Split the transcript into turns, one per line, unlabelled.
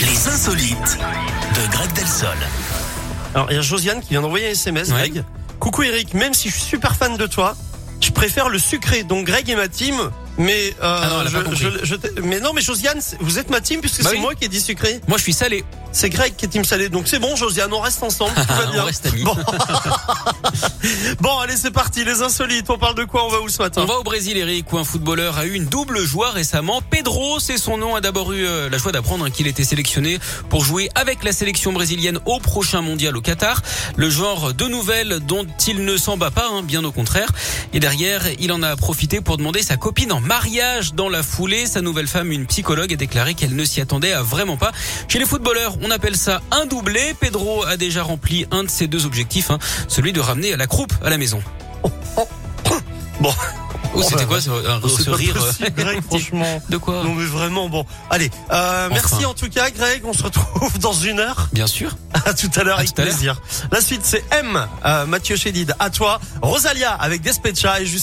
Les insolites de Greg Delsol.
Alors, il y a Josiane qui vient d'envoyer un SMS,
Ouais.
Greg. Coucou Eric, même si je suis super fan de toi, je préfère le sucré, donc Greg est ma team. Mais, euh,
Ah non, elle a
je-
pas compris.
je- je t'ai- mais non, mais Josiane, c'est- vous êtes ma team puisque
Bah
c'est
oui.
moi qui ai dit sucré.
Moi, je suis salé.
C'est Greg qui est team salé. Donc c'est bon, Josiane, on reste ensemble. Tout va
On
bien.
reste amis.
Bon. Bon, allez, c'est parti, les insolites. On parle de quoi On va où ce matin
On va au Brésil, Eric, où un footballeur a eu une double joie récemment. Pedro, c'est son nom, a d'abord eu euh, la joie d'apprendre qu'il était sélectionné pour jouer avec la sélection brésilienne au prochain mondial au Qatar. Le genre de nouvelles dont il ne s'en bat pas, hein, bien au contraire. Et derrière, il en a profité pour demander sa copine en mariage dans la foulée. Sa nouvelle femme, une psychologue, a déclaré qu'elle ne s'y attendait à vraiment pas. Chez les footballeurs, on appelle ça un doublé. Pedro a déjà rempli un de ses deux objectifs, hein, celui de ramener la croupe à la maison.
Bon,
Oh,
Oh,
c'était
bah,
quoi ce, un-
c'est
ce
pas
rire
possible,
euh,
Greg, franchement.
De quoi
Non mais vraiment bon. Allez, euh, merci en tout cas Greg, on se retrouve dans une heure.
Bien sûr.
À tout à l'heure, avec
tout à l'heure.
plaisir. La suite, c'est M, euh, Mathieu Chédid. À toi, Rosalia avec Despecha et juste